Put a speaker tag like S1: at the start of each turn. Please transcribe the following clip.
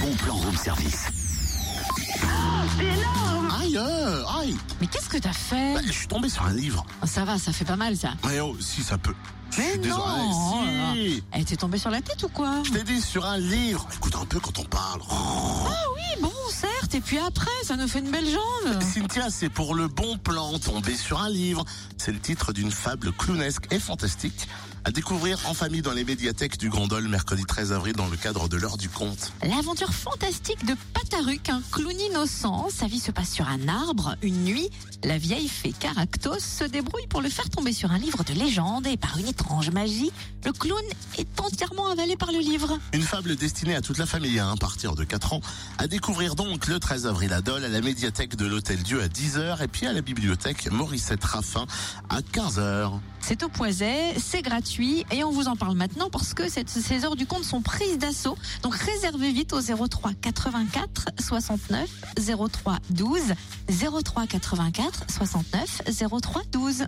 S1: bon plan room service.
S2: C'est énorme
S1: Aïe, euh, aïe
S3: Mais qu'est-ce que t'as fait
S1: Bah, Je suis tombé sur un livre.
S3: Oh, Ça va, ça fait pas mal ça.
S1: Mais oh, si ça peut. Je
S3: Mais
S1: suis
S3: non
S1: désolé. Ah,
S3: oh là là.
S1: Si.
S3: Elle t'est tombée sur la tête ou quoi
S1: Je t'ai dit sur un livre. Écoute un peu quand on parle.
S3: Ah oui, bon, certes, et puis après, ça nous fait une belle jambe.
S1: Cynthia, c'est pour le bon plan, tombé sur un livre. C'est le titre d'une fable clownesque et fantastique à découvrir en famille dans les médiathèques du Grandol mercredi 13 avril dans le cadre de l'heure du conte.
S3: L'aventure fantastique de Pataruc, un clown innocent. Sa vie se passe sur un arbre. Une nuit, la vieille fée Caractos se débrouille pour le faire tomber sur un livre de légende et par une étrange magie, le clown est entièrement avalé par le livre.
S1: Une fable destinée à toute la famille hein, à partir de 4 ans. À découvrir donc le 13 avril à Dole, à la médiathèque de l'Hôtel Dieu à 10h et puis à la bibliothèque Morissette Raffin à 15h.
S3: C'est au Poiset, c'est gratuit et on vous en parle maintenant parce que cette- ces heures du compte sont prises d'assaut. Donc réservez vite au 03 84 69 03 12 03 84 69 03 12.